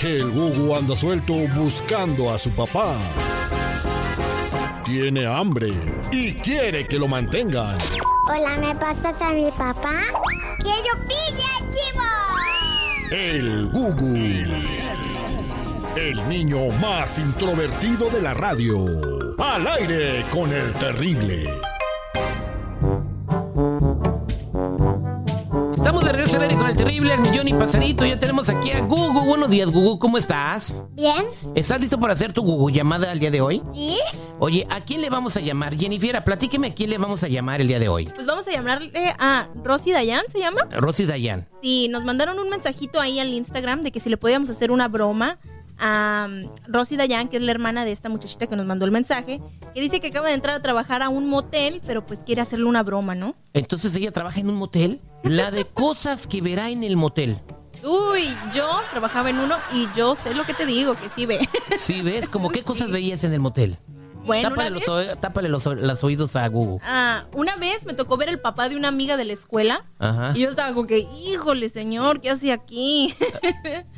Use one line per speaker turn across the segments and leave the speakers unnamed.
que el Gugu anda suelto buscando a su papá. Tiene hambre y quiere que lo mantengan.
Hola, ¿me pasas a mi papá? ¡Que yo pille, chivo!
El Gugu. El niño más introvertido de la radio. Al aire con el terrible.
Estamos de regreso al aire con el terrible, el millón y pasadito. Ya tenemos aquí a Gugu. Buenos días, Gugu. ¿Cómo estás?
¿Bien?
¿Estás listo para hacer tu Gugu llamada al día de hoy?
¿Sí?
Oye, ¿a quién le vamos a llamar? Jennifer, platíqueme a quién le vamos a llamar el día de hoy.
Pues vamos a llamarle a Rosy Dayan, ¿se llama?
Rosy Dayan.
Sí, nos mandaron un mensajito ahí al Instagram de que si le podíamos hacer una broma a mm, Rosy Dayan, que es la hermana de esta muchachita que nos mandó el mensaje, que dice que acaba de entrar a trabajar a un motel, pero pues quiere hacerle una broma, ¿no?
Entonces ella trabaja en un motel. La de cosas que verá en el motel.
Uy, yo trabajaba en uno y yo sé lo que te digo, que sí ve.
Sí, ves, como qué cosas veías en el motel.
Bueno,
tápale
una
los,
vez,
oe- tápale los, oe- los oídos a Gugu.
ah, una vez me tocó ver el papá de una amiga de la escuela.
Ajá.
Y yo estaba como que, híjole, señor, ¿qué hace aquí?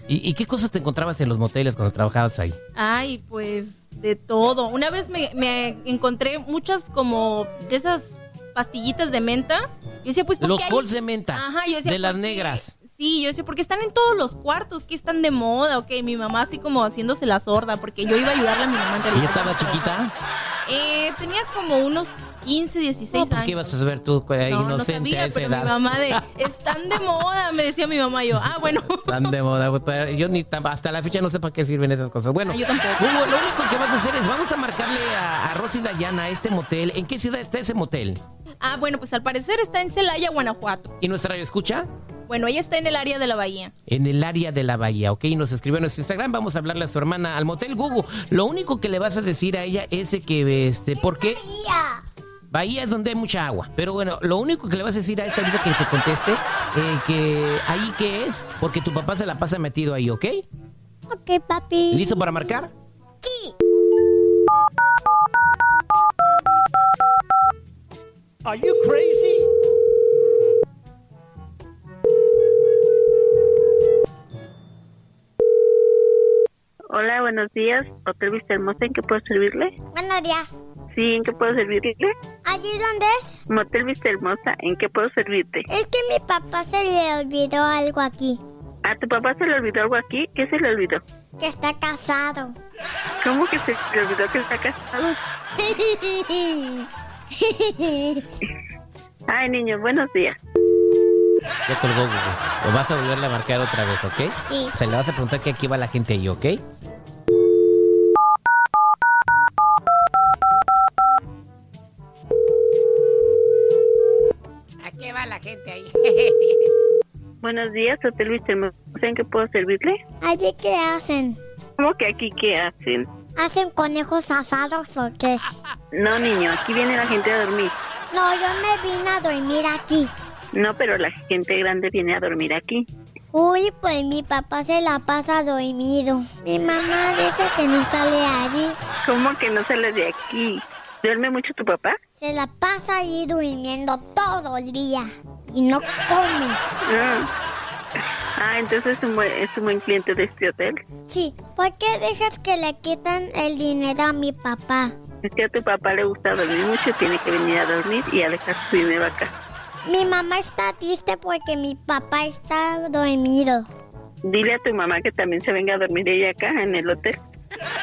¿Y, y qué cosas te encontrabas en los moteles cuando trabajabas ahí?
Ay, pues de todo. Una vez me, me encontré muchas como de esas pastillitas de menta. Yo decía, pues ¿por
Los
qué hay-
bols de menta.
Ajá, yo decía,
de las
¿por qué?
negras.
Sí, yo decía, porque están en todos los cuartos, que están de moda, ok. Mi mamá así como haciéndose la sorda, porque yo iba a ayudarle a mi mamá en
¿Y
realidad.
estaba chiquita?
Eh, tenía como unos 15, 16
No, pues
años.
qué ibas a saber tú, eh,
No, no
inocente
sabía,
a esa
pero mi
edad.
mamá de, están de moda, me decía mi mamá, yo, ah, bueno.
Tan de moda, güey, pero Yo ni tam- hasta la fecha no sé para qué sirven esas cosas. Bueno,
Ah, yo tampoco.
Hugo, lo único que vas a hacer es vamos a marcarle a, a Rosy Dayana a este motel. ¿En qué ciudad está ese motel?
Ah, bueno, pues al parecer está en Celaya, Guanajuato.
¿Y nuestra radio escucha?
Bueno, ella está en el área de la bahía.
en el área de la bahía, ¿ok? Nos escribió en nuestro Instagram, vamos a hablarle a su hermana al motel Gugu. Lo único que le vas a decir a ella es de que, este, porque
Tía.
bahía es donde hay mucha agua. Pero bueno, lo único que le vas a decir a esta ahorita que te conteste, eh, que ahí que es, porque tu papá se la pasa metido ahí, ¿ok?
Ok, papi.
¿Listo para marcar?
Sí.
Are you crazy?
Hola, buenos días. Hotel Vista Hermosa, ¿en qué puedo servirle?
Buenos días.
Sí, ¿en qué puedo servirle?
¿Allí dónde es?
Motel Vista Hermosa, ¿en qué puedo servirte?
Es que mi papá se le olvidó algo aquí.
¿A tu papá se le olvidó algo aquí? ¿Qué se le olvidó?
Que está casado.
¿Cómo que se le olvidó que está casado? Ay, niño, buenos días.
Ya colgó Gugu. Lo vas a volverle a marcar otra vez, ¿ok?
Sí.
Se le vas a preguntar que aquí va la gente ahí, ¿ok?
¿A qué va la gente ahí?
Buenos días, Hotel Vista Hermosa, ¿en qué puedo servirle?
¿Allí qué hacen?
¿Cómo que aquí qué hacen?
¿Hacen conejos asados o qué?
No, niño, aquí viene la gente a dormir.
No, yo me vine a dormir aquí.
No, pero la gente grande viene a dormir aquí.
Uy, pues mi papá se la pasa dormido. Mi mamá dice que no sale allí.
¿Cómo que no sales de aquí? ¿Duerme mucho tu papá?
Se la pasa ahí durmiendo todo el día. Y no come.
Ah, Ah, entonces es un buen, es un buen cliente de este hotel.
Sí, ¿por qué dejas que le quitan el dinero a mi papá?
Es que a tu papá le gusta dormir mucho, tiene que venir a dormir y a dejar su dinero acá.
Mi mamá está triste porque mi papá está dormido.
Dile a tu mamá que también se venga a dormir ella acá en el hotel.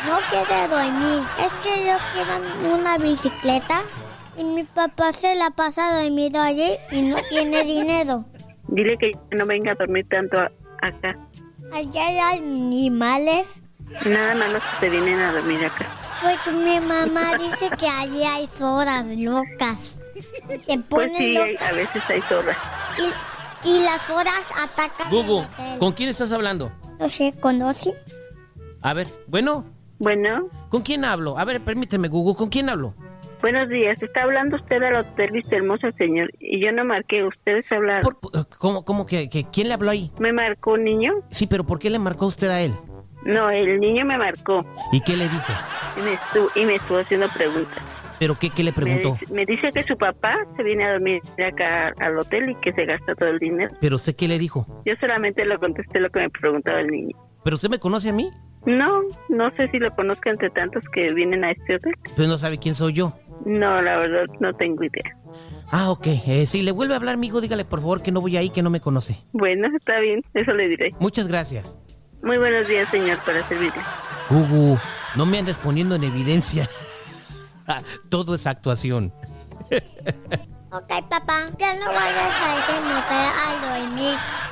No quiere dormir. Es que yo quiero una bicicleta y mi papá se la pasa dormido allí y no tiene dinero.
Dile que no venga a dormir tanto a- acá.
Allá hay animales.
Nada más los que se vienen a dormir acá.
Porque Pues mi mamá dice que allí hay zoras locas. Se ponen
Pues sí, hay-
locas
a veces hay zorras.
y, y las zoras atacan.
Gugu,
el hotel.
¿con quién estás hablando?
No sé, ¿conoce?
A ver, bueno,
Bueno,
¿con quién hablo? A ver, permíteme, Gugu, ¿con quién hablo?
buenos días. Está hablando usted al hotel Vista Hermosa, señor. Y yo no marqué, ustedes hablaron.
Por- eh, ¿Cómo, cómo que, que- quién le habló ahí?
¿Me marcó un niño?
Sí, pero ¿por qué le marcó usted a él?
No, el niño me marcó.
¿Y qué le dijo?
Y me estuvo, y me estuvo haciendo preguntas.
¿Pero qué, qué le
Me
preguntó?
dice, me dice que su papá se viene a dormir acá al hotel y que se gasta todo el dinero.
¿Pero usted qué le dijo?
Yo solamente le contesté lo que me preguntaba el niño.
¿Pero usted me conoce a mí?
No, no sé si lo conozco entre tantos que vienen a este hotel.
Usted no sabe quién soy yo.
No, la verdad, no tengo idea.
Ah, ok. Eh, si le vuelve a hablar mi hijo, dígale por favor que no voy ahí, que no me conoce.
Bueno, está bien, eso le diré.
Muchas gracias.
Muy buenos días, señor, para servirle.
Gugu, no me andes poniendo en evidencia. Ah, Todo es actuación.
Ok, papá, ya no vayas a ese motel a dormir.